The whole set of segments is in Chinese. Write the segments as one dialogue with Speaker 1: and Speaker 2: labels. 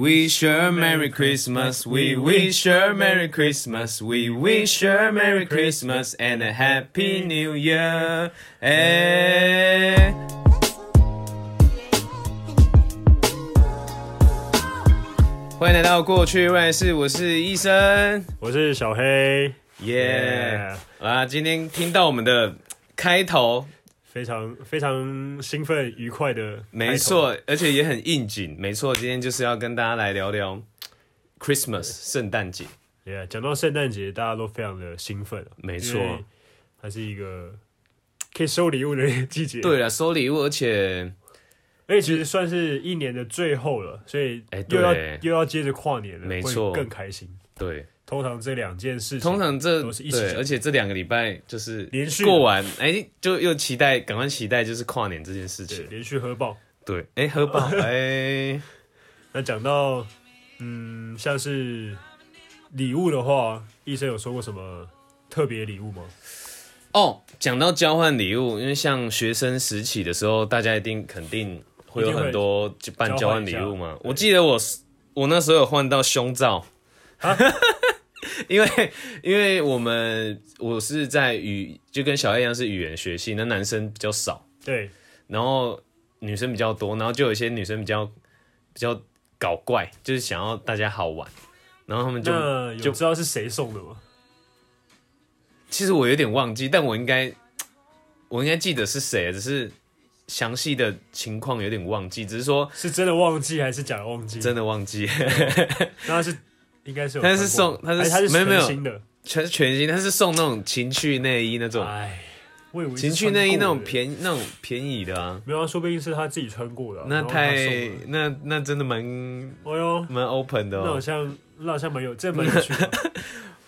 Speaker 1: Wish her Merry Christmas, we wish her Merry Christmas, we wish her Merry Christmas and a Happy New Year。哎，欢迎来到过去未来式，我是医生，
Speaker 2: 我是小黑，
Speaker 1: 耶！啊，今天听到我们的开头，
Speaker 2: 非常非常兴奋愉快的，
Speaker 1: 没，错，而且也很应景，没错，今天就是要跟大家来聊聊 Christmas 圣诞节，
Speaker 2: 耶！讲到圣诞节，大家都非常的兴奋、啊，
Speaker 1: 没
Speaker 2: 因
Speaker 1: 错。
Speaker 2: 为它是一个可以收礼物的一个季节，，
Speaker 1: 对了，收礼物，而且
Speaker 2: 而且其实算是一年的最后了，所以
Speaker 1: 哎对
Speaker 2: 又要、又要接着跨年了，
Speaker 1: 没错
Speaker 2: 会更开心。
Speaker 1: 对，
Speaker 2: 通常这两件事情，
Speaker 1: 通常这
Speaker 2: 都是一起
Speaker 1: 对，
Speaker 2: 讲
Speaker 1: 而且这两个礼拜就是
Speaker 2: 连续
Speaker 1: 过完，哎、就又期待，赶快期待就是跨年这件事
Speaker 2: 对
Speaker 1: 情。
Speaker 2: 连续喝爆。
Speaker 1: 对，哎、喝饱， 哎、
Speaker 2: 那讲到嗯，像是礼物的话，医生有说过什么特别礼物吗？
Speaker 1: 哦，讲到交换礼物，因为像学生时期的时候，大家一定肯定会有
Speaker 2: 一定会
Speaker 1: 很多就办交
Speaker 2: 交换
Speaker 1: 换
Speaker 2: 一
Speaker 1: 礼
Speaker 2: 下
Speaker 1: 物嘛。
Speaker 2: 对啊
Speaker 1: 我记得我是我那时候有换到胸罩， 因为因为我们我是在语就跟小爱一样是语言学系，那男生比较少，
Speaker 2: 对，
Speaker 1: 然后女生比较多，然后就有一些女生比较比较搞怪，就是想要大家好玩，然后他们就
Speaker 2: 那有知道是谁送的吗？
Speaker 1: 其实我有点忘记，但我应该我应该记得是谁，只是详细的情况有点忘记，只是说
Speaker 2: 是真的忘记还是假的忘记？
Speaker 1: 真的忘记，
Speaker 2: 那他是应该是有
Speaker 1: 他
Speaker 2: 看过，
Speaker 1: 是送他是
Speaker 2: 还他是
Speaker 1: 没有没有
Speaker 2: 全新的，
Speaker 1: 全全新，他是送那种情趣内衣那种
Speaker 2: 哎，我以为是
Speaker 1: 情趣内衣那
Speaker 2: 穿
Speaker 1: 种
Speaker 2: 过的，
Speaker 1: 便那种便宜的啊，
Speaker 2: 没有啊，说不定是他自己穿过的啊、
Speaker 1: 那
Speaker 2: 然后他
Speaker 1: 太
Speaker 2: 送的
Speaker 1: 那那真的蛮
Speaker 2: 哎呦，
Speaker 1: 蛮 open 的
Speaker 2: 那
Speaker 1: 哦
Speaker 2: 好。像那好像蛮有，这蛮有趣的。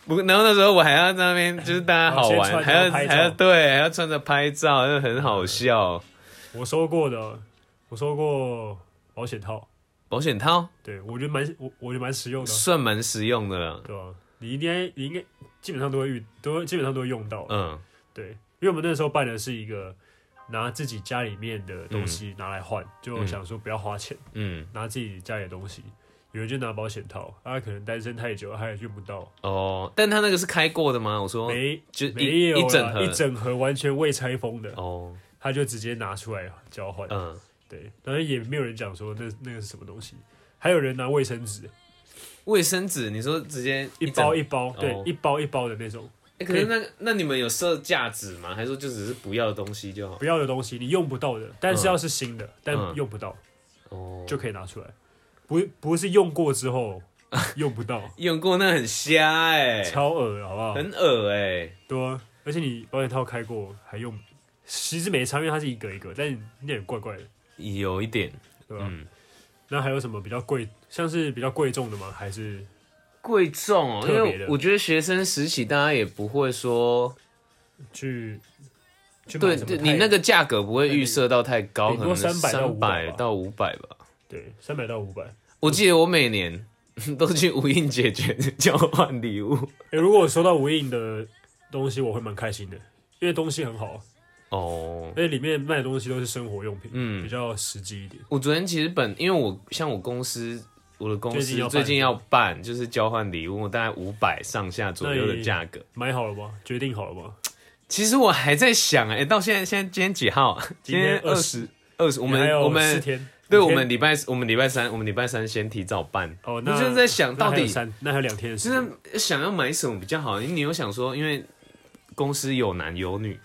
Speaker 1: 不，然后那时候我还要在那边，就是大家好
Speaker 2: 然后
Speaker 1: 玩，
Speaker 2: 先穿
Speaker 1: 还要
Speaker 2: 然后拍照
Speaker 1: 还要对，还要穿着拍照，就很好笑。
Speaker 2: 我收过的，啊我收过保险套，
Speaker 1: 保险套
Speaker 2: 对我觉得蛮我我觉得蛮实用的啊，
Speaker 1: 算蛮实用的了，
Speaker 2: 对吧、你应该你应该基本上都会遇，都会基本上都会用到，
Speaker 1: 嗯，
Speaker 2: 对，因为我们那时候办的是一个。拿自己家里面的东西拿来换，就想说不要花钱，
Speaker 1: 嗯，
Speaker 2: 拿自己家里的东西，有人就拿保险套，他、可能单身太久，他也用不到，
Speaker 1: 哦，但他那个是开过的吗？我说
Speaker 2: 没
Speaker 1: 就哦一
Speaker 2: 没有啦
Speaker 1: 一整盒，
Speaker 2: 一整盒完全未拆封的，
Speaker 1: 哦，
Speaker 2: 他就直接拿出来交换，
Speaker 1: 嗯，
Speaker 2: 对，当然也没有人讲说那那个是什么东西，还有人拿卫生纸
Speaker 1: 卫生纸，你说直接
Speaker 2: 一
Speaker 1: 整
Speaker 2: 包一包，对
Speaker 1: 哦，
Speaker 2: 一包一包的那种，
Speaker 1: 哎可是那那你们有设价值吗？还是说就只是不要的东西就好？
Speaker 2: 不要的东西你用不到的，但是要是新的，
Speaker 1: 嗯
Speaker 2: 但用不到
Speaker 1: 哦，
Speaker 2: 就可以拿出来，不不是用过 之后用不到，
Speaker 1: 用过那很瞎哎，
Speaker 2: 超恶的好不好？
Speaker 1: 很恶哎，
Speaker 2: 对啊，而且你保险套开过还用，其实没差，因为它是一格一格，但有点怪怪的，
Speaker 1: 有一点
Speaker 2: 对吧、那还有什么比较贵，像是比较贵重的吗？还是
Speaker 1: 贵重哦，因
Speaker 2: 特别
Speaker 1: 为
Speaker 2: 的
Speaker 1: 我觉得学生时期大家也不会说。
Speaker 2: 去去买
Speaker 1: 对，
Speaker 2: 什么
Speaker 1: 对
Speaker 2: 太
Speaker 1: 你那个价格不会
Speaker 2: 太
Speaker 1: 预设到太高，
Speaker 2: 顶
Speaker 1: 可
Speaker 2: 多
Speaker 1: 能
Speaker 2: 300到
Speaker 1: 三百
Speaker 2: 500
Speaker 1: 到五百吧。
Speaker 2: 对三百到五百？
Speaker 1: 我记得我每年 都去无印解决 交换礼物。
Speaker 2: 哎、如果我收到无印的东西，我会蛮开心的，因为东西很好，
Speaker 1: 哦
Speaker 2: 而，且里面卖的东西都是生活用品，
Speaker 1: 嗯
Speaker 2: 比较实际一点。
Speaker 1: 我昨天其实本因为我像我公司我的公
Speaker 2: 最近要
Speaker 1: 司
Speaker 2: 办
Speaker 1: 最近要办就是交换礼物，大概五百上下左右的价格。
Speaker 2: 买好了吗？决定好了吗？
Speaker 1: 其实我还在想，哎，到现在现在今天几号？啊今
Speaker 2: 今天
Speaker 1: 二十二十，我
Speaker 2: 我
Speaker 1: 们
Speaker 2: 还有
Speaker 1: 我
Speaker 2: 四
Speaker 1: 们
Speaker 2: 天，
Speaker 1: 对
Speaker 2: 五
Speaker 1: 我
Speaker 2: 天
Speaker 1: 们礼拜我们礼拜三我们礼拜三先提早办。
Speaker 2: 哦，
Speaker 1: 我
Speaker 2: 那
Speaker 1: 就是在想
Speaker 2: 那还
Speaker 1: 到底
Speaker 2: 有三，那还有两天的时
Speaker 1: 现
Speaker 2: 间，
Speaker 1: 在想要买什么比较好？因为你又想说，因为公司有男有女，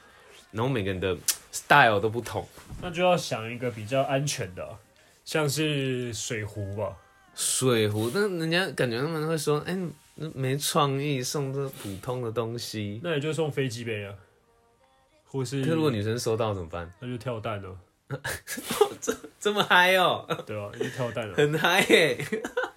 Speaker 1: 然后每个人的 style 都不同。
Speaker 2: 那就要想一个比较安全的啊，像是水壶吧。
Speaker 1: 水壶，但人家感觉他们会说，哎、你没创意，送这普通的东西。
Speaker 2: 那也就送飞机杯啊，或是
Speaker 1: 可是如果女生收到怎么办？
Speaker 2: 那就跳蛋了，
Speaker 1: 这么嗨哦、
Speaker 2: 对吧、那就跳蛋了，
Speaker 1: 很嗨耶、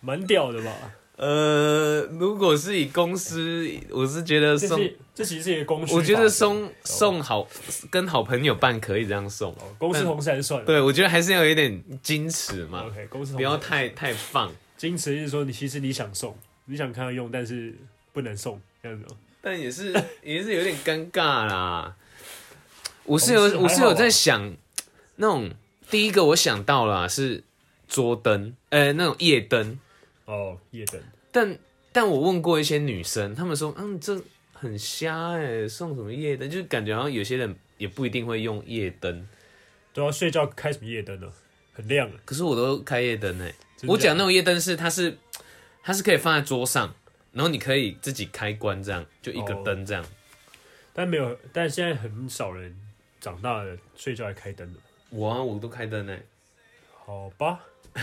Speaker 2: 蛮屌的吧？
Speaker 1: 呃，如果是以公司，我是觉得
Speaker 2: 这
Speaker 1: 送，
Speaker 2: 是这其实是一个供需法则，
Speaker 1: 我觉得送
Speaker 2: 知道吧
Speaker 1: 送好跟好朋友办可以这样送。
Speaker 2: 哦公司同事还是算了。
Speaker 1: 对，我觉得还是要有一点矜持嘛，
Speaker 2: OK，公司同事
Speaker 1: 不要太太放。
Speaker 2: 矜持，是说你其实你想送，你想看到用，但是不能送这样子哦。
Speaker 1: 但也 是也是有点尴尬啦。我是
Speaker 2: 同事
Speaker 1: 有
Speaker 2: 还
Speaker 1: 我是有
Speaker 2: 好吧
Speaker 1: 在想那种第一个我想到啦是桌灯，呃、那种夜灯，
Speaker 2: 哦，夜灯，
Speaker 1: 但但我问过一些女生，她们说，嗯，这很瞎哎、送什么夜灯？就是感觉好像有些人也不一定会用夜灯，
Speaker 2: 都要睡觉开什么夜灯呢、很亮啊。
Speaker 1: 可是我都开夜灯哎、
Speaker 2: 真的
Speaker 1: 我
Speaker 2: 假的
Speaker 1: 讲那种夜灯是它是它是可以放在桌上，然后你可以自己开关这样，就一个
Speaker 2: 哦
Speaker 1: 灯这样。
Speaker 2: 但没有，但现在很少人长大了睡觉还开灯了。
Speaker 1: 我啊，我都开灯哎、
Speaker 2: 好吧，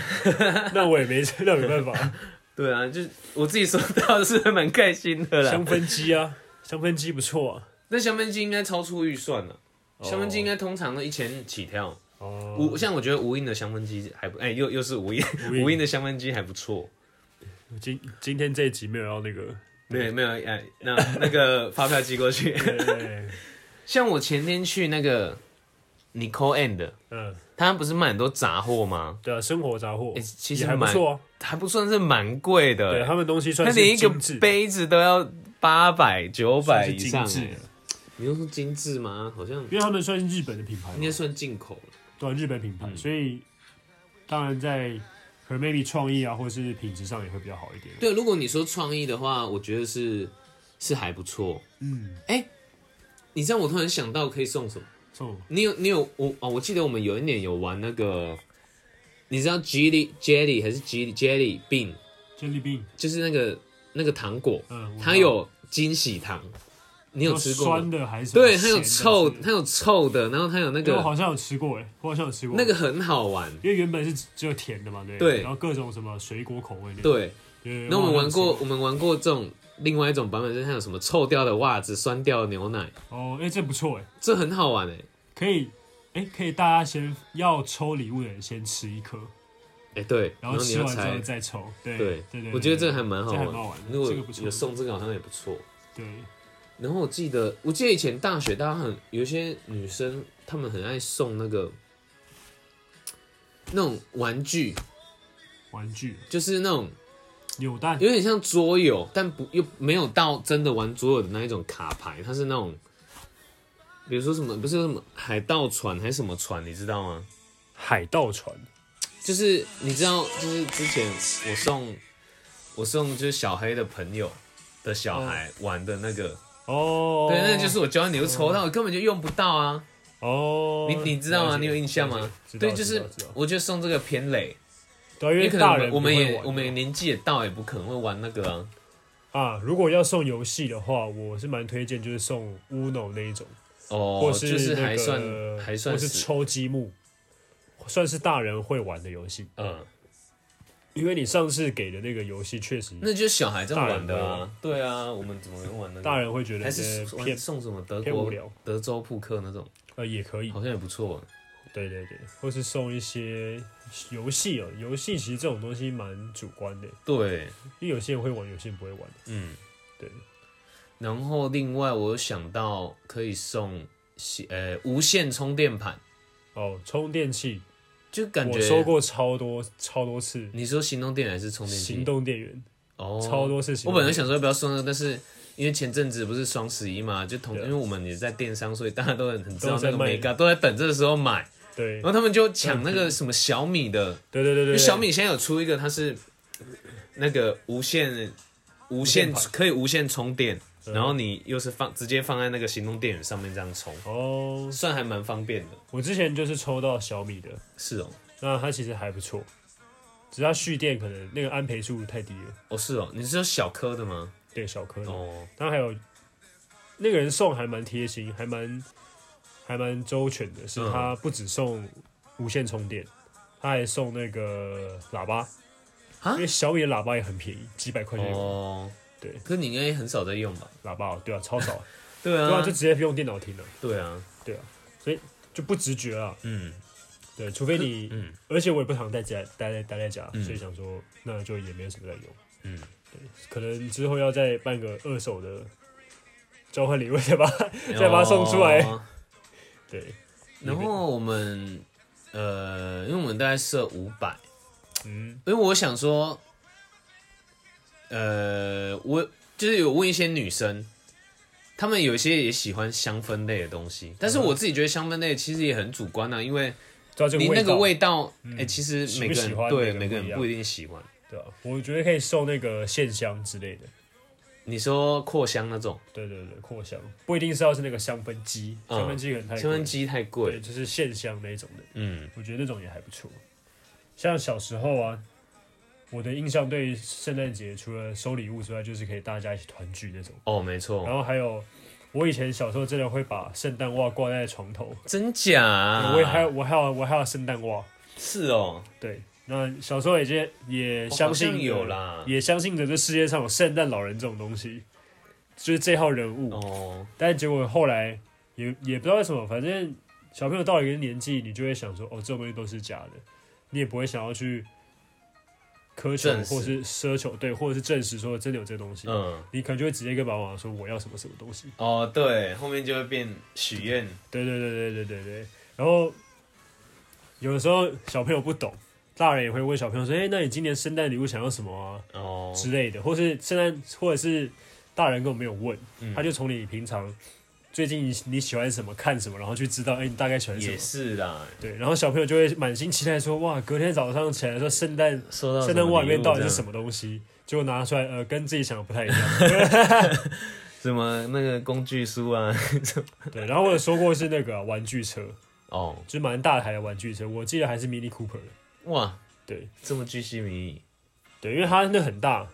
Speaker 2: 那我也没，那没 办法，
Speaker 1: 对啊，就是我自己收到是还蛮开心的啦
Speaker 2: 香。氛机啊，香氛机不错啊。
Speaker 1: 那香氛机应该超出预算了，香氛机应
Speaker 2: 该
Speaker 1: 该通常都一千起跳。
Speaker 2: 哦，
Speaker 1: 无像我觉得无印的香氛机还不哎、又又是无印
Speaker 2: 无印
Speaker 1: 无印的香氛机还不错。
Speaker 2: 今今天这一集没有要那个，
Speaker 1: 对，没有哎，那那个发票寄过去。
Speaker 2: 哎对，
Speaker 1: 像我前天去那个 Nicole and 的，
Speaker 2: 嗯，
Speaker 1: 他不是卖很多杂货吗？
Speaker 2: 对啊，生活杂货
Speaker 1: 哎其实
Speaker 2: 也还不
Speaker 1: 蛮
Speaker 2: 错啊，
Speaker 1: 还不算是蛮贵
Speaker 2: 对
Speaker 1: 的，
Speaker 2: 他们东西算
Speaker 1: 他
Speaker 2: 是
Speaker 1: 连一个
Speaker 2: 精致的，
Speaker 1: 杯子都要八百九
Speaker 2: 算
Speaker 1: 百
Speaker 2: 是
Speaker 1: 以上
Speaker 2: 精致
Speaker 1: 哎
Speaker 2: 的。，
Speaker 1: 你又说精致吗？好像
Speaker 2: 因为他们算是日本的品牌嘛，
Speaker 1: 应该嗯算进口了。
Speaker 2: 对啊日本品牌，所以当然在和 maybe 创意啊，或是品质上也会比较好一点。
Speaker 1: 对，如果你说创意的话，我觉得是是还不错。
Speaker 2: 嗯，
Speaker 1: 你知道我突然想到可以送什么？
Speaker 2: 送
Speaker 1: 你有你有我哦，我记得我们有一年有玩那个，你知道 jelly jelly 还是 jelly jelly bean，
Speaker 2: jelly bean，
Speaker 1: 就是那个那个糖果，
Speaker 2: 嗯，我
Speaker 1: 它有惊喜糖，你有吃过
Speaker 2: 酸
Speaker 1: 吗？
Speaker 2: 的还是什么
Speaker 1: 对，它有
Speaker 2: 咸的
Speaker 1: 臭，
Speaker 2: 还是
Speaker 1: 它有臭的，然后它有那
Speaker 2: 对我
Speaker 1: 个
Speaker 2: 好像有吃过哎，我好像有吃过
Speaker 1: 那个，很好玩，
Speaker 2: 因为原本是只只有甜的嘛，对不
Speaker 1: 对
Speaker 2: 然后各种什么水果口味那种，
Speaker 1: 对。
Speaker 2: 对，
Speaker 1: 那我们
Speaker 2: 好像
Speaker 1: 玩
Speaker 2: 有吃
Speaker 1: 过，我们玩过这种另外一种版本，就是它有什么臭掉的袜子、酸掉的牛奶，
Speaker 2: 哦，哎，这不错哎，
Speaker 1: 这很好玩哎
Speaker 2: 可以，哎，可以大家先要抽礼物的人先吃一颗，
Speaker 1: 哎对，
Speaker 2: 然
Speaker 1: 后你
Speaker 2: 吃
Speaker 1: 要
Speaker 2: 完之后
Speaker 1: 猜，
Speaker 2: 再抽，对
Speaker 1: 对
Speaker 2: 对对，
Speaker 1: 我觉得
Speaker 2: 对
Speaker 1: 这个还蛮好
Speaker 2: 这还蛮好
Speaker 1: 玩
Speaker 2: 玩，的
Speaker 1: 如果
Speaker 2: 这个不错
Speaker 1: 有送这个好像也不错。
Speaker 2: 对，
Speaker 1: 然后我记得，我记得以前大学，大家很有一些女生，她们很爱送那个那种玩具，
Speaker 2: 玩具
Speaker 1: 就是那种
Speaker 2: 扭蛋，
Speaker 1: 有点像桌游，但不又没有到真的玩桌游的那一种卡牌，它是那种，比如说什么不是有什么海盗船还是什么船，你知道吗？
Speaker 2: 海盗船，
Speaker 1: 就是你知道，就是之前我送我送就是小黑的朋友的小孩玩的那个，
Speaker 2: 嗯哦，嗯
Speaker 1: 对，那就是我教你，我抽到我根本就用不到啊。
Speaker 2: 哦，
Speaker 1: 你你知道吗？
Speaker 2: 了解
Speaker 1: 你有印象吗？
Speaker 2: 知道
Speaker 1: 对，就是
Speaker 2: 知道知道
Speaker 1: 我觉得送这个偏累，
Speaker 2: 对啊，因
Speaker 1: 因为
Speaker 2: 为
Speaker 1: 可能
Speaker 2: 大
Speaker 1: 我
Speaker 2: 人
Speaker 1: 们我们
Speaker 2: 不会
Speaker 1: 也
Speaker 2: 玩
Speaker 1: 我们也年纪也到，也不可能会玩那个啊。
Speaker 2: 啊，如果要送游戏的话，我是蛮推荐就是送 Uno 那一种，
Speaker 1: 哦
Speaker 2: 或，
Speaker 1: 就是
Speaker 2: 那
Speaker 1: 还
Speaker 2: 个
Speaker 1: 算还算
Speaker 2: 或是抽积木，算是大人会玩的游戏。
Speaker 1: 嗯，
Speaker 2: 因为你上次给的那个游戏确实
Speaker 1: 那就是小孩在玩的
Speaker 2: 大人会
Speaker 1: 啊。对啊，我们怎么能玩那
Speaker 2: 大
Speaker 1: 个？
Speaker 2: 人会觉得
Speaker 1: 还是
Speaker 2: 呃
Speaker 1: 玩
Speaker 2: 偏
Speaker 1: 送什么德
Speaker 2: 偏无
Speaker 1: 国
Speaker 2: 聊，
Speaker 1: 德州扑克那种，
Speaker 2: 呃也可以，
Speaker 1: 好像也不错。
Speaker 2: 对对对，或是送一些游戏哦，游戏其实这种东西蛮主观的，
Speaker 1: 对，
Speaker 2: 因为有些人会玩，有些人不会玩。
Speaker 1: 嗯，
Speaker 2: 对。
Speaker 1: 然后另外我有想到可以送呃无线充电盘，
Speaker 2: 哦，充电器，
Speaker 1: 就感觉
Speaker 2: 我收过超多超多次
Speaker 1: 你说行动电源还是充电器？
Speaker 2: 行动电源，
Speaker 1: 哦，
Speaker 2: 超多事情。
Speaker 1: 我本来想说要不要送那个，但是因为前阵子不是双十一嘛，就同
Speaker 2: 对
Speaker 1: 因
Speaker 2: 啊
Speaker 1: 为我们也在电商，所以大家都很很知
Speaker 2: 都
Speaker 1: 道
Speaker 2: 在
Speaker 1: 那个
Speaker 2: 卖
Speaker 1: mega，都在等这个时候买，
Speaker 2: 对
Speaker 1: 然后他们就抢那个什么小米的，
Speaker 2: 对对对
Speaker 1: 因
Speaker 2: 对，
Speaker 1: 为嗯小米现在有出一个，它是那个无线无线
Speaker 2: 无线盘
Speaker 1: 可以无线充电，
Speaker 2: 嗯
Speaker 1: 然后你又是放直接放在那个行动电源上面这样充，
Speaker 2: 哦，
Speaker 1: 算还蛮方便的。
Speaker 2: 我之前就是抽到小米的，
Speaker 1: 是哦，
Speaker 2: 那它其实还不错，只是它蓄电可能那个安培数太低了，
Speaker 1: 哦是哦，你是有小颗的吗？
Speaker 2: 对小颗的。
Speaker 1: 哦，
Speaker 2: 然后还有那个人送还蛮贴心，还蛮还蛮周全的，是
Speaker 1: 嗯
Speaker 2: 他不只送无线充电，他还送那个喇叭，
Speaker 1: 啊
Speaker 2: 因为小米的喇叭也很便宜，几百块钱有
Speaker 1: 哦，
Speaker 2: 对
Speaker 1: 可你应该很少在用吧？
Speaker 2: 喇叭哦，对啊，超少，
Speaker 1: 对
Speaker 2: 对啊，
Speaker 1: 啊
Speaker 2: 就，直接用电脑听了，
Speaker 1: 对啊，
Speaker 2: 对啊，所以就不直觉啊，
Speaker 1: 嗯
Speaker 2: 对，除非你，
Speaker 1: 嗯。
Speaker 2: 而且我也不常在家待在待在家，
Speaker 1: 嗯
Speaker 2: 所以想说那就也没有什么在用，
Speaker 1: 嗯，
Speaker 2: 可能之后要再办个二手的交换礼物再把它再把它送出来，
Speaker 1: 哦
Speaker 2: 对，
Speaker 1: 然后我们呃，因为我们大概设五百，
Speaker 2: 嗯，
Speaker 1: 因为我想说，呃，我就是有问一些女生，她们有一些也喜欢香氛类的东西，但是我自己觉得香氛类其实也很主观啊，因为
Speaker 2: 抓这个
Speaker 1: 你那个
Speaker 2: 道
Speaker 1: 味道，哎、其实
Speaker 2: 喜不
Speaker 1: 每个人
Speaker 2: 喜欢
Speaker 1: 对
Speaker 2: 每个人
Speaker 1: 每个
Speaker 2: 不
Speaker 1: 人不
Speaker 2: 一样
Speaker 1: 一定喜欢。
Speaker 2: 对啊，我觉得可以送那个线香之类的。
Speaker 1: 你说扩香那种，
Speaker 2: 对对对，扩香不一定是要是那个香氛机，
Speaker 1: 嗯
Speaker 2: 香氛机可能太贵
Speaker 1: 千分机太
Speaker 2: 对，
Speaker 1: 贵，
Speaker 2: 就是线香那一种的，
Speaker 1: 嗯，
Speaker 2: 我觉得那种也还不错。像小时候啊，我的印象对于圣诞节除了收礼物之外，就是可以大家一起团聚那种。
Speaker 1: 哦，没错，
Speaker 2: 然后还有，我以前小时候真的会把圣诞袜挂在床头，
Speaker 1: 真假？
Speaker 2: 我也还有我还有我还有圣诞袜。
Speaker 1: 是哦，
Speaker 2: 对，那小时候也接也
Speaker 1: 哦
Speaker 2: 相
Speaker 1: 好
Speaker 2: 信
Speaker 1: 像有啦
Speaker 2: 也相信着这世界上有圣诞老人这种东西，就是这号人物。
Speaker 1: 哦，
Speaker 2: 但结果后来也也不知道为什么，反正小朋友到了一个年纪，你就会想说，哦，这种东西都是假的，你也不会想要去苛求
Speaker 1: 证实
Speaker 2: 或是奢求，对，或者是证实说真的有这东西。
Speaker 1: 嗯，
Speaker 2: 你可能就会直接跟爸爸妈妈说我要什么什么东西，
Speaker 1: 哦，对，后面就会变许愿，
Speaker 2: 对对对对对对对。然后有的时候小朋友不懂，大人也会问小朋友说：“哎、那你今年圣诞礼物想要什么啊
Speaker 1: 哦，
Speaker 2: 之类的？”或是圣诞，或者是大人根本没有问，
Speaker 1: 嗯
Speaker 2: 他就从你平常最近你你喜欢什么、看什么，然后去知道，哎、你大概喜欢什么
Speaker 1: 也。是啦，
Speaker 2: 对，然后小朋友就会满心期待说：“哇，隔天早上起来说圣诞
Speaker 1: 收到
Speaker 2: 圣诞袜里面到底是什
Speaker 1: 么
Speaker 2: 么东西？”结果拿出来，呃，跟自己想的不太一样。
Speaker 1: 礼物这样？什么那个工具书啊？
Speaker 2: 对，然后呃我有说过是那个啊、玩具车，
Speaker 1: 哦，
Speaker 2: 就是蛮大台的玩具车，我记得还是 Mini Cooper 的。
Speaker 1: 哇，
Speaker 2: 对
Speaker 1: 这么巨细靡遗，
Speaker 2: 对，因为它那很大，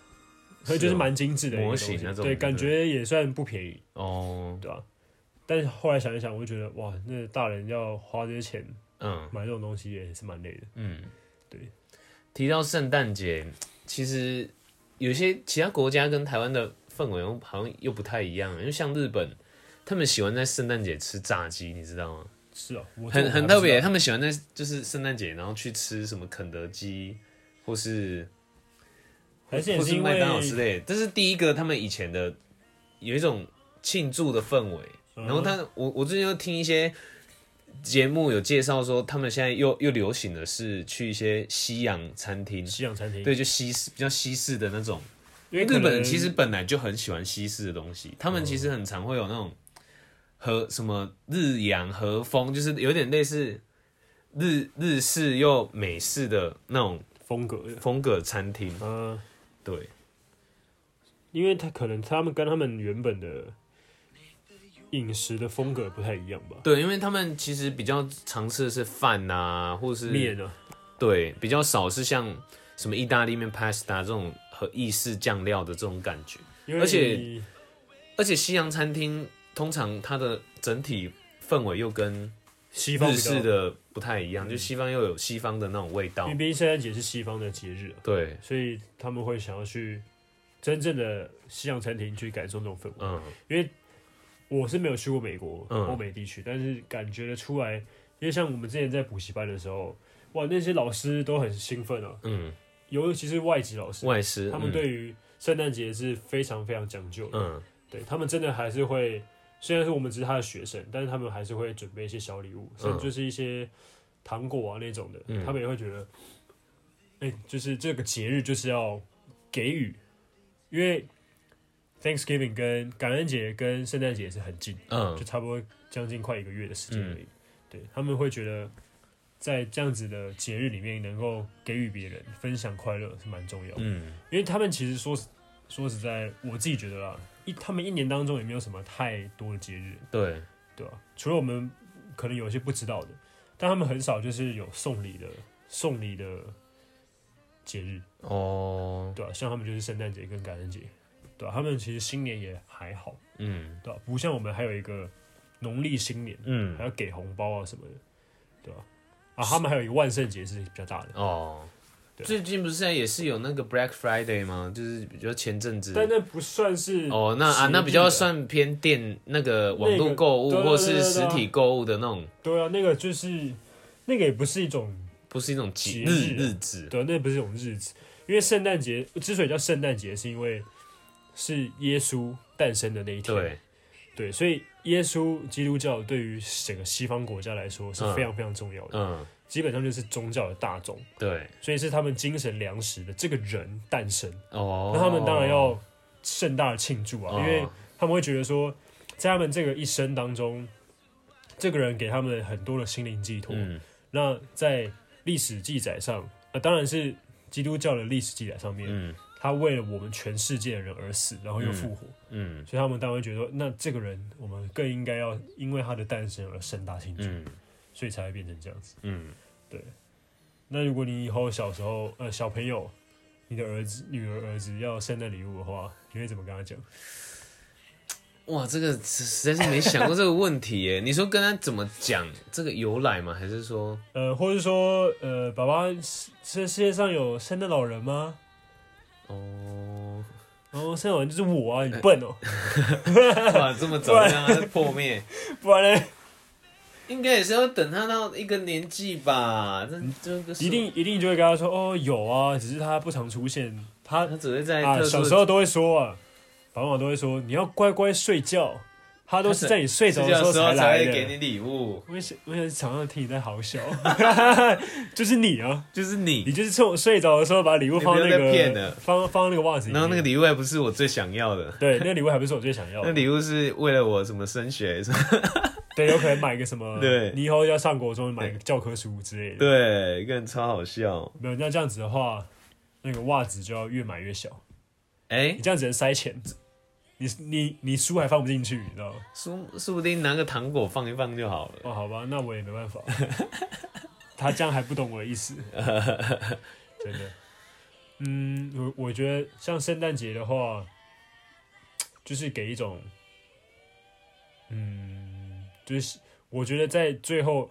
Speaker 2: 所以就是
Speaker 1: 哦
Speaker 2: 蛮精致的一个
Speaker 1: 模
Speaker 2: 东西
Speaker 1: 型那种
Speaker 2: 对，
Speaker 1: 对
Speaker 2: 感觉也算不便宜，
Speaker 1: 哦，
Speaker 2: 对吧、但是后来想一想，我就觉得哇，那大人要花这些钱
Speaker 1: 嗯
Speaker 2: 买这种东西也是蛮累的。
Speaker 1: 嗯，
Speaker 2: 对。
Speaker 1: 提到圣诞节，其实有些其他国家跟台湾的氛围又好像又不太一样，因为像日本，他们喜欢在圣诞节吃炸鸡，你知道吗？
Speaker 2: 是啊，我
Speaker 1: 很
Speaker 2: 这
Speaker 1: 很
Speaker 2: 我
Speaker 1: 特
Speaker 2: 还不知
Speaker 1: 别，
Speaker 2: 道
Speaker 1: 他们喜欢在就是圣诞节，然后去吃什么肯德基，或是
Speaker 2: 还是也
Speaker 1: 或
Speaker 2: 是
Speaker 1: 是
Speaker 2: 因
Speaker 1: 麦
Speaker 2: 为
Speaker 1: 当劳之类的。这是第一个，他们以前的有一种庆祝的氛围。
Speaker 2: 嗯
Speaker 1: 然后他，我我最近又听一些节目有介绍说，他们现在又又流行的是去一些西洋餐厅，
Speaker 2: 西洋餐厅，
Speaker 1: 对，就西式比较西式的那种。
Speaker 2: 因为
Speaker 1: 因为
Speaker 2: 可
Speaker 1: 日本
Speaker 2: 能
Speaker 1: 人其实本来就很喜欢西式的东西，他们其实很常会有那种和什么日洋和风，就是有点类似日日式又美式的那种
Speaker 2: 风格的，
Speaker 1: 风格餐厅。
Speaker 2: 嗯、
Speaker 1: 对，
Speaker 2: 因为他可能他们跟他们原本的饮食的风格不太一样吧，
Speaker 1: 对，因为他们其实比较常吃的是饭啊，或是
Speaker 2: 面啊，
Speaker 1: 对，比较少是像什么意大利面、pasta 这种和意式酱料的这种感觉。
Speaker 2: 因为
Speaker 1: 而且而且西洋餐厅通常它的整体氛围又跟
Speaker 2: 西方
Speaker 1: 日
Speaker 2: 比较
Speaker 1: 式，的不太一样，就西方又有西方的那种味道
Speaker 2: 因为。毕竟圣诞节是西方的节日啊、
Speaker 1: 对，
Speaker 2: 所以他们会想要去真正的西洋餐厅去感受那种氛围。
Speaker 1: 嗯，
Speaker 2: 因为我是没有去过美国
Speaker 1: 嗯
Speaker 2: 欧美地区，但是感觉得出来，因为像我们之前在补习班的时候，哇，那些老师都很兴奋啊，
Speaker 1: 嗯，
Speaker 2: 尤其是外籍老师，
Speaker 1: 外师
Speaker 2: 他们对于圣诞节是非常非常讲究的，
Speaker 1: 嗯，
Speaker 2: 对他们真的还是会。虽然是我们只是他的学生，但是他们还是会准备一些小礼物，甚至就是一些糖果啊那种的，
Speaker 1: 嗯
Speaker 2: 他们也会觉得，哎、就是这个节日就是要给予，因为 Thanksgiving 跟感恩节跟圣诞节是很近，
Speaker 1: 嗯
Speaker 2: 就
Speaker 1: 嗯
Speaker 2: 差不多将近快一个月的时间而已。对他们会觉得，在这样子的节日里面，能够给予别人分享快乐是蛮重要的，
Speaker 1: 嗯，
Speaker 2: 因为他们其实说实说实在，我自己觉得啦，一他们一年当中也没有什么太多的节日，
Speaker 1: 对，
Speaker 2: 对吧、除了我们可能有一些不知道的，但他们很少就是有送礼的送礼的节日，
Speaker 1: 哦，
Speaker 2: 对吧、像他们就是圣诞节跟感恩节，对吧、他们其实新年也还好，
Speaker 1: 嗯
Speaker 2: 对吧、不像我们还有一个农历新年，
Speaker 1: 嗯
Speaker 2: 还，要给红包啊什么的，对吧、啊？他们还有一个万圣节是比较大的，
Speaker 1: 哦，
Speaker 2: 对
Speaker 1: 最近不是也是有那个 Black Friday 吗？就是比较前阵子。
Speaker 2: 但那不算是
Speaker 1: 哦，那啊，
Speaker 2: 实
Speaker 1: 那
Speaker 2: 际
Speaker 1: 比较
Speaker 2: 的
Speaker 1: 算偏电那个网
Speaker 2: 那
Speaker 1: 络
Speaker 2: 个
Speaker 1: 购物
Speaker 2: 对对
Speaker 1: 或
Speaker 2: 对
Speaker 1: 是
Speaker 2: 对
Speaker 1: 实
Speaker 2: 对
Speaker 1: 体购物的那种，
Speaker 2: 对啊，那个就是那个也不是一种
Speaker 1: 不是一种节
Speaker 2: 节
Speaker 1: 日
Speaker 2: 日啊
Speaker 1: 日子。
Speaker 2: 对，那不是一种日子，因为圣诞节之所以叫圣诞节，是因为是耶稣诞生的那一天。
Speaker 1: 对，
Speaker 2: 对所以耶稣基督教对于整个西方国家来说是非常非常重要的，
Speaker 1: 嗯，
Speaker 2: 基本上就是宗教的大宗，
Speaker 1: 对，
Speaker 2: 所以是他们精神粮食的这个人诞生，
Speaker 1: 哦，
Speaker 2: 那他们当然要盛大的庆祝啊，
Speaker 1: 哦
Speaker 2: 因为他们会觉得说，在他们这个一生当中，这个人给他们很多的心灵寄托。
Speaker 1: 嗯
Speaker 2: 那在历史记载上，呃，当然是基督教的历史记载上面，
Speaker 1: 嗯
Speaker 2: 他为了我们全世界的人而死，然后又复活，
Speaker 1: 嗯
Speaker 2: 所以他们当然会觉得，那这个人我们更应该要因为他的诞生而盛大庆祝，
Speaker 1: 嗯
Speaker 2: 所以才会变成这样子。
Speaker 1: 嗯，
Speaker 2: 那如果你以后小时候呃小朋友，你的儿子、女儿、儿子要圣诞礼物的话，你会怎么跟他讲？
Speaker 1: 哇，这个实实在是没想过这个问题 耶。你说跟他怎么讲这个由来吗？还是说，
Speaker 2: 呃，或者说呃，爸爸，世世世界上有圣诞老人吗？
Speaker 1: 哦，
Speaker 2: 然后圣诞老人就是我啊，你 笨哦、
Speaker 1: 哇，这么早就让他破灭，
Speaker 2: 不然呢？
Speaker 1: 应该也是要等他到一个年纪吧？这这个
Speaker 2: 嗯一定一定就会跟他说哦，有啊，只是他不常出现，他
Speaker 1: 他只会在
Speaker 2: 啊
Speaker 1: 哎特殊
Speaker 2: 小
Speaker 1: 的
Speaker 2: 时候都会说啊，爸爸妈妈都会说你要乖乖睡觉，他都是在你睡着
Speaker 1: 睡
Speaker 2: 的
Speaker 1: 觉
Speaker 2: 时
Speaker 1: 的
Speaker 2: 候
Speaker 1: 时候才
Speaker 2: 来
Speaker 1: 会给你
Speaker 2: 的。
Speaker 1: 礼物，
Speaker 2: 我想，我想常常听你在好笑， 就是你啊，
Speaker 1: 就是
Speaker 2: 你
Speaker 1: 你。
Speaker 2: 就是趁我睡着的时候把礼物放到那
Speaker 1: 你不要再骗
Speaker 2: 个
Speaker 1: 了
Speaker 2: 放放到那个袜子里面，
Speaker 1: 然后那个礼物还不是我最想要的，
Speaker 2: 对，那个礼物还不是我最想要
Speaker 1: 那
Speaker 2: 的，
Speaker 1: 礼物是为了我什么升学 什么？
Speaker 2: 对，有可能买个什 么，
Speaker 1: 对
Speaker 2: 你以后要上国中买个教科书之类的，
Speaker 1: 对，个人超好笑。
Speaker 2: 没有，那这样子的话，那个袜子就要越买越小，
Speaker 1: 哎
Speaker 2: 你、这样只能塞钱，你你你书还放不进去，你知道吗？
Speaker 1: 说说不定拿个糖果放一放就好了。
Speaker 2: 哦，好吧，那我也没 办法。他这样还不懂我的意思，真的。嗯，我我觉得像圣诞节的话，就是给一种，嗯，就是我觉得在最后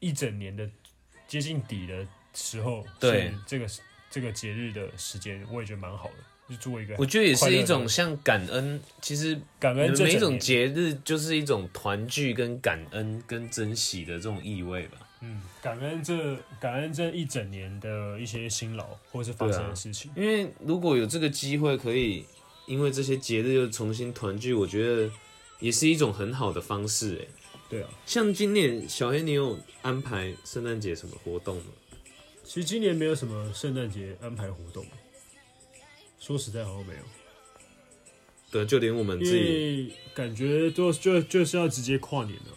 Speaker 2: 一整年的接近底的时候，
Speaker 1: 对
Speaker 2: 是这个这个节日的时间，我也觉得蛮好的，就做一个
Speaker 1: 我觉得也是一
Speaker 2: 快乐
Speaker 1: 种
Speaker 2: 的
Speaker 1: 像感恩，其实
Speaker 2: 感恩这
Speaker 1: 每一
Speaker 2: 整
Speaker 1: 种
Speaker 2: 年
Speaker 1: 节日就是一种团聚、跟感恩、跟珍惜的这种意味吧。
Speaker 2: 嗯，感恩这感恩这一整年的一些辛劳或是发
Speaker 1: 对啊
Speaker 2: 生的事情。
Speaker 1: 因为如果有这个机会，可以因为这些节日又重新团聚，我觉得也是一种很好的方式。哎，
Speaker 2: 对啊，
Speaker 1: 像今年小黑，你有安排圣诞节什么活动吗？
Speaker 2: 其实今年没有什么圣诞节安排活动，说实在好像没有，
Speaker 1: 对，啊就连我们
Speaker 2: 因
Speaker 1: 自己
Speaker 2: 为感觉就就就是要直接跨年了，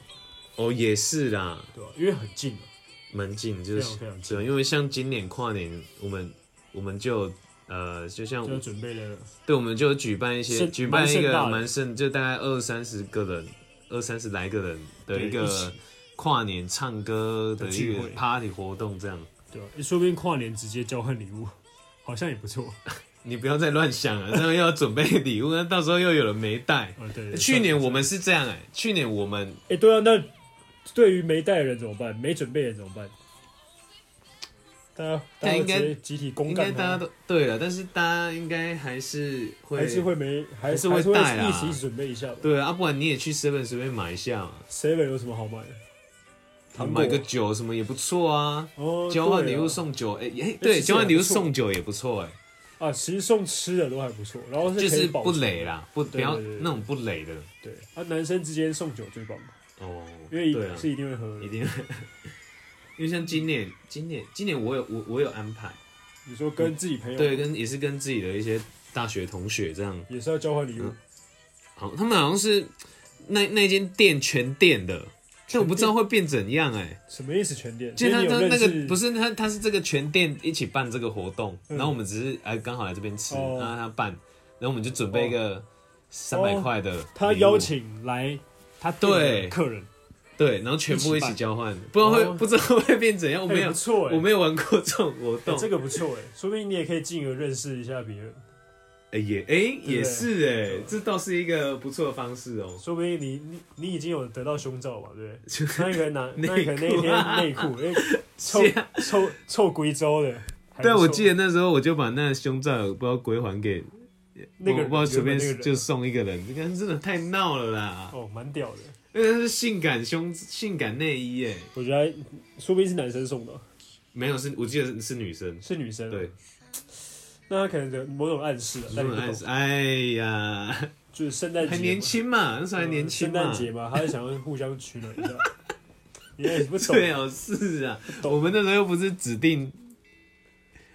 Speaker 1: 哦，也是啦，
Speaker 2: 对吧、因为很近了，啊
Speaker 1: 蛮近，就
Speaker 2: 非
Speaker 1: 是
Speaker 2: 常非常近，
Speaker 1: 对，啊因为像今年跨年，我们我们就呃，就像
Speaker 2: 就要准备了。
Speaker 1: 对，我们就举办一些
Speaker 2: 盛
Speaker 1: 举办一
Speaker 2: 蛮盛
Speaker 1: 个
Speaker 2: 大的
Speaker 1: 蛮盛，就大概二三十个人，二三十来个人的一
Speaker 2: 对一
Speaker 1: 个
Speaker 2: 起
Speaker 1: 跨年唱歌的
Speaker 2: 的
Speaker 1: 一
Speaker 2: 聚
Speaker 1: 个
Speaker 2: 会
Speaker 1: party 活动，这样。
Speaker 2: 对吧、说不定跨年直接交换礼物， 好像也不错。
Speaker 1: 你不要再乱想了，这样又要准备礼物，那到时候又有人没带。
Speaker 2: 啊，对。
Speaker 1: 去年我们
Speaker 2: 哎
Speaker 1: 是这样哎、去年我们、
Speaker 2: 诶对啊，那对于没带的人怎么办？没准备的人怎么办？大家大家
Speaker 1: 应该
Speaker 2: 直接集体公
Speaker 1: 应该
Speaker 2: 干
Speaker 1: 大家
Speaker 2: 他，
Speaker 1: 都对了，但是大家应该还是会
Speaker 2: 还是会没还
Speaker 1: 还是
Speaker 2: 还
Speaker 1: 会
Speaker 2: 是会
Speaker 1: 带啊
Speaker 2: 一起一起准备一下吧。
Speaker 1: 对啊，不然你也去 seven 随便买一下嘛，
Speaker 2: seven 有什么好买的？糖果
Speaker 1: 买个酒什么也不错啊。
Speaker 2: 哦，
Speaker 1: 交换
Speaker 2: 对
Speaker 1: 礼
Speaker 2: 啊
Speaker 1: 物送酒，哎、哎、
Speaker 2: 其实
Speaker 1: 对，
Speaker 2: 也
Speaker 1: 交换礼物
Speaker 2: 不错
Speaker 1: 送酒也不错哎、
Speaker 2: 啊，其实送吃的都还不错，然后是
Speaker 1: 就
Speaker 2: 可以
Speaker 1: 是
Speaker 2: 保
Speaker 1: 不
Speaker 2: 存
Speaker 1: 累。啦，不不
Speaker 2: 对对
Speaker 1: 要
Speaker 2: 对对
Speaker 1: 那种不累的
Speaker 2: 对，啊，男生之间送酒最棒，
Speaker 1: 哦，
Speaker 2: 因为
Speaker 1: 对啊，
Speaker 2: 是一定会喝
Speaker 1: 一
Speaker 2: 的。
Speaker 1: 定， 因为像今年，今年，今年我有我我有安排，
Speaker 2: 你说跟自己朋友
Speaker 1: 对，跟也是跟自己的一些大学同学这样，
Speaker 2: 也是要交换礼物
Speaker 1: 嗯，好，他们好像是那那间店全店的，但我不知道会变怎样哎、
Speaker 2: 什么意思？全店？
Speaker 1: 就
Speaker 2: 所以
Speaker 1: 他
Speaker 2: 你有
Speaker 1: 他
Speaker 2: 认
Speaker 1: 那
Speaker 2: 识
Speaker 1: 个不是他他是这个全店一起办这个活动，
Speaker 2: 嗯
Speaker 1: 然后我们只是哎刚好来这边吃，
Speaker 2: 哦
Speaker 1: 然后他办，然后我们就准备一个三百块的礼物，
Speaker 2: 哦他邀请来他店
Speaker 1: 对
Speaker 2: 的客人，
Speaker 1: 对，然后全部
Speaker 2: 一
Speaker 1: 一
Speaker 2: 起办
Speaker 1: 起交换，不然会
Speaker 2: 哦
Speaker 1: 不知道会变怎样，我
Speaker 2: 哎
Speaker 1: 没有
Speaker 2: 不错
Speaker 1: 我
Speaker 2: 哎，
Speaker 1: 没有玩过这种活动
Speaker 2: 哎，这个不错哎，说不定你也可以进而认识一下别人，
Speaker 1: 哎也哎也是哎，这倒是一个不错的方式哦。
Speaker 2: 说不定你你你已经有得到胸罩嘛，对不对？那你可能拿，那你可能 那一
Speaker 1: 内裤啊
Speaker 2: 天内裤，哎，臭臭臭贵州的，还不
Speaker 1: 对，我
Speaker 2: 错
Speaker 1: 记得那时候我就把那胸罩不知道归还给
Speaker 2: 那
Speaker 1: 我
Speaker 2: 个
Speaker 1: 不知道随
Speaker 2: 原本那个
Speaker 1: 便
Speaker 2: 人
Speaker 1: 就送一个人，这个真的太闹了啦！
Speaker 2: 哦，蛮屌的。
Speaker 1: 那个是性感胸性感内衣哎，
Speaker 2: 我觉得说不定是男生送的，
Speaker 1: 没有是我记得是女生，
Speaker 2: 是女生。
Speaker 1: 对，，
Speaker 2: 那他可能有某种暗示了，啊但你
Speaker 1: 很
Speaker 2: 不
Speaker 1: 爱
Speaker 2: 懂。
Speaker 1: 哎呀，
Speaker 2: 就是圣诞节嘛，
Speaker 1: 还年轻嘛，那时候还
Speaker 2: 嗯
Speaker 1: 年轻啊
Speaker 2: 圣诞
Speaker 1: 嘛，
Speaker 2: 节嘛，他就想要互相取暖一 下。你也不懂，
Speaker 1: 对哦，是啊，
Speaker 2: 懂
Speaker 1: 我们那时候又不是指定，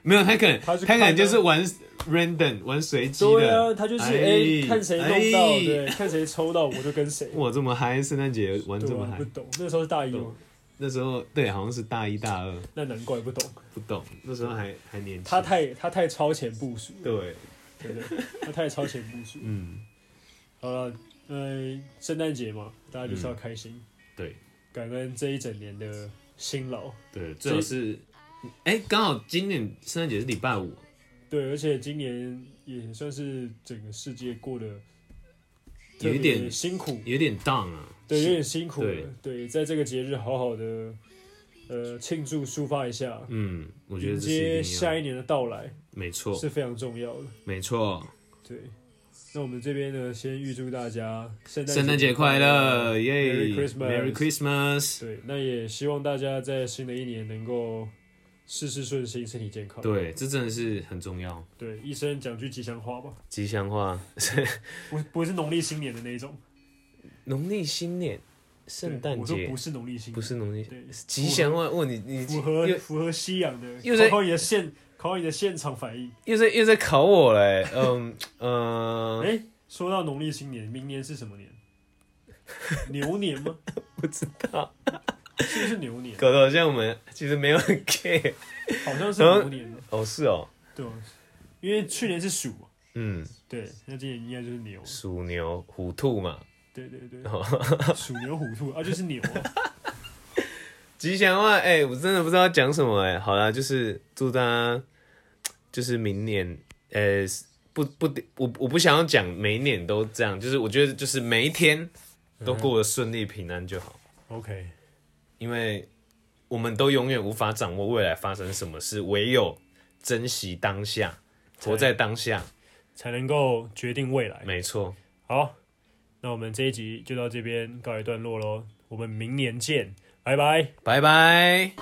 Speaker 1: 没有他可能
Speaker 2: 他是
Speaker 1: 他可能
Speaker 2: 看到
Speaker 1: 就是玩 random 玩随机
Speaker 2: 对啊，
Speaker 1: 的，
Speaker 2: 他就是
Speaker 1: 哎
Speaker 2: 哎，看谁弄到，
Speaker 1: 哎
Speaker 2: 对，看谁抽到我就跟谁。
Speaker 1: 哇，这么嗨，圣诞节玩
Speaker 2: 对
Speaker 1: 这么
Speaker 2: 啊，
Speaker 1: 嗨
Speaker 2: 不，懂，那时候是大一嘛
Speaker 1: 懂那时候对，好像是大一大二，
Speaker 2: 那难怪不懂，
Speaker 1: 不懂，那时候还还年轻。
Speaker 2: 他太他太超前部署了，
Speaker 1: 对，啊
Speaker 2: 对不对？他太超前部署。
Speaker 1: 嗯，
Speaker 2: 好了，呃，圣诞节嘛，大家就是要开心，
Speaker 1: 对
Speaker 2: 感恩这一整年的辛劳。
Speaker 1: 对，最好是，哎、刚好今年圣诞节是礼拜五，
Speaker 2: 对，而且今年也算是整个世界过得
Speaker 1: 有一点
Speaker 2: 辛苦，
Speaker 1: 有点 down 啊。
Speaker 2: 对，有点辛苦
Speaker 1: 对
Speaker 2: 了。对，在这个节日好好的呃庆祝抒发一下，
Speaker 1: 嗯，我觉
Speaker 2: 迎
Speaker 1: 得这是
Speaker 2: 接
Speaker 1: 一定要
Speaker 2: 下一年的到来
Speaker 1: 没错，
Speaker 2: 是非常重要的。
Speaker 1: 没错。
Speaker 2: 对，那我们这边呢，先预祝大家圣诞
Speaker 1: 圣诞节快乐，耶
Speaker 2: Merry Christmas
Speaker 1: ！Merry Christmas！
Speaker 2: 对，那也希望大家在新的一年能够事事顺心，身体健康。
Speaker 1: 对，这真的是很重要。
Speaker 2: 对，医生讲句吉祥话吧，
Speaker 1: 吉祥话，
Speaker 2: 不不是农历新年的那一种，
Speaker 1: 农历新年，圣
Speaker 2: 对
Speaker 1: 诞
Speaker 2: 我说
Speaker 1: 节
Speaker 2: 不是农历新年，
Speaker 1: 不是农历
Speaker 2: 对，
Speaker 1: 吉祥话。问你，你
Speaker 2: 符合
Speaker 1: 又
Speaker 2: 符合西洋的，
Speaker 1: 又在
Speaker 2: 考考你的现考考你的现场反应。
Speaker 1: 又在又在考我嘞？嗯嗯，
Speaker 2: 哎，说到农历新年，明年是什么年？牛年吗？
Speaker 1: 不知道，
Speaker 2: 是不是牛年？
Speaker 1: 搞得好像我们其实没有 很 care。
Speaker 2: 好像是牛年的，
Speaker 1: 哦，是哦，
Speaker 2: 对啊，因为去年是鼠嘛，
Speaker 1: 嗯，
Speaker 2: 对，那今年应该就是牛了，
Speaker 1: 鼠牛虎兔嘛。
Speaker 2: 对对对，
Speaker 1: 哦
Speaker 2: 鼠牛虎兔啊，就是牛啊，
Speaker 1: 吉祥话，哎、我真的不知道讲什么、哎，好啦，就是祝大家，就是明年，呃、不不，我我不想要讲每一年都这样，就是我觉得就是每一天都过得顺利平安就好，
Speaker 2: OK，
Speaker 1: 因为我们都永远无法掌握未来发生什么事，唯有珍惜当下，活在当下，
Speaker 2: 才能够决定未来。
Speaker 1: 没错，
Speaker 2: 好，那我们这一集就到这边告一段落喽，我们明年见，拜拜。
Speaker 1: 拜拜。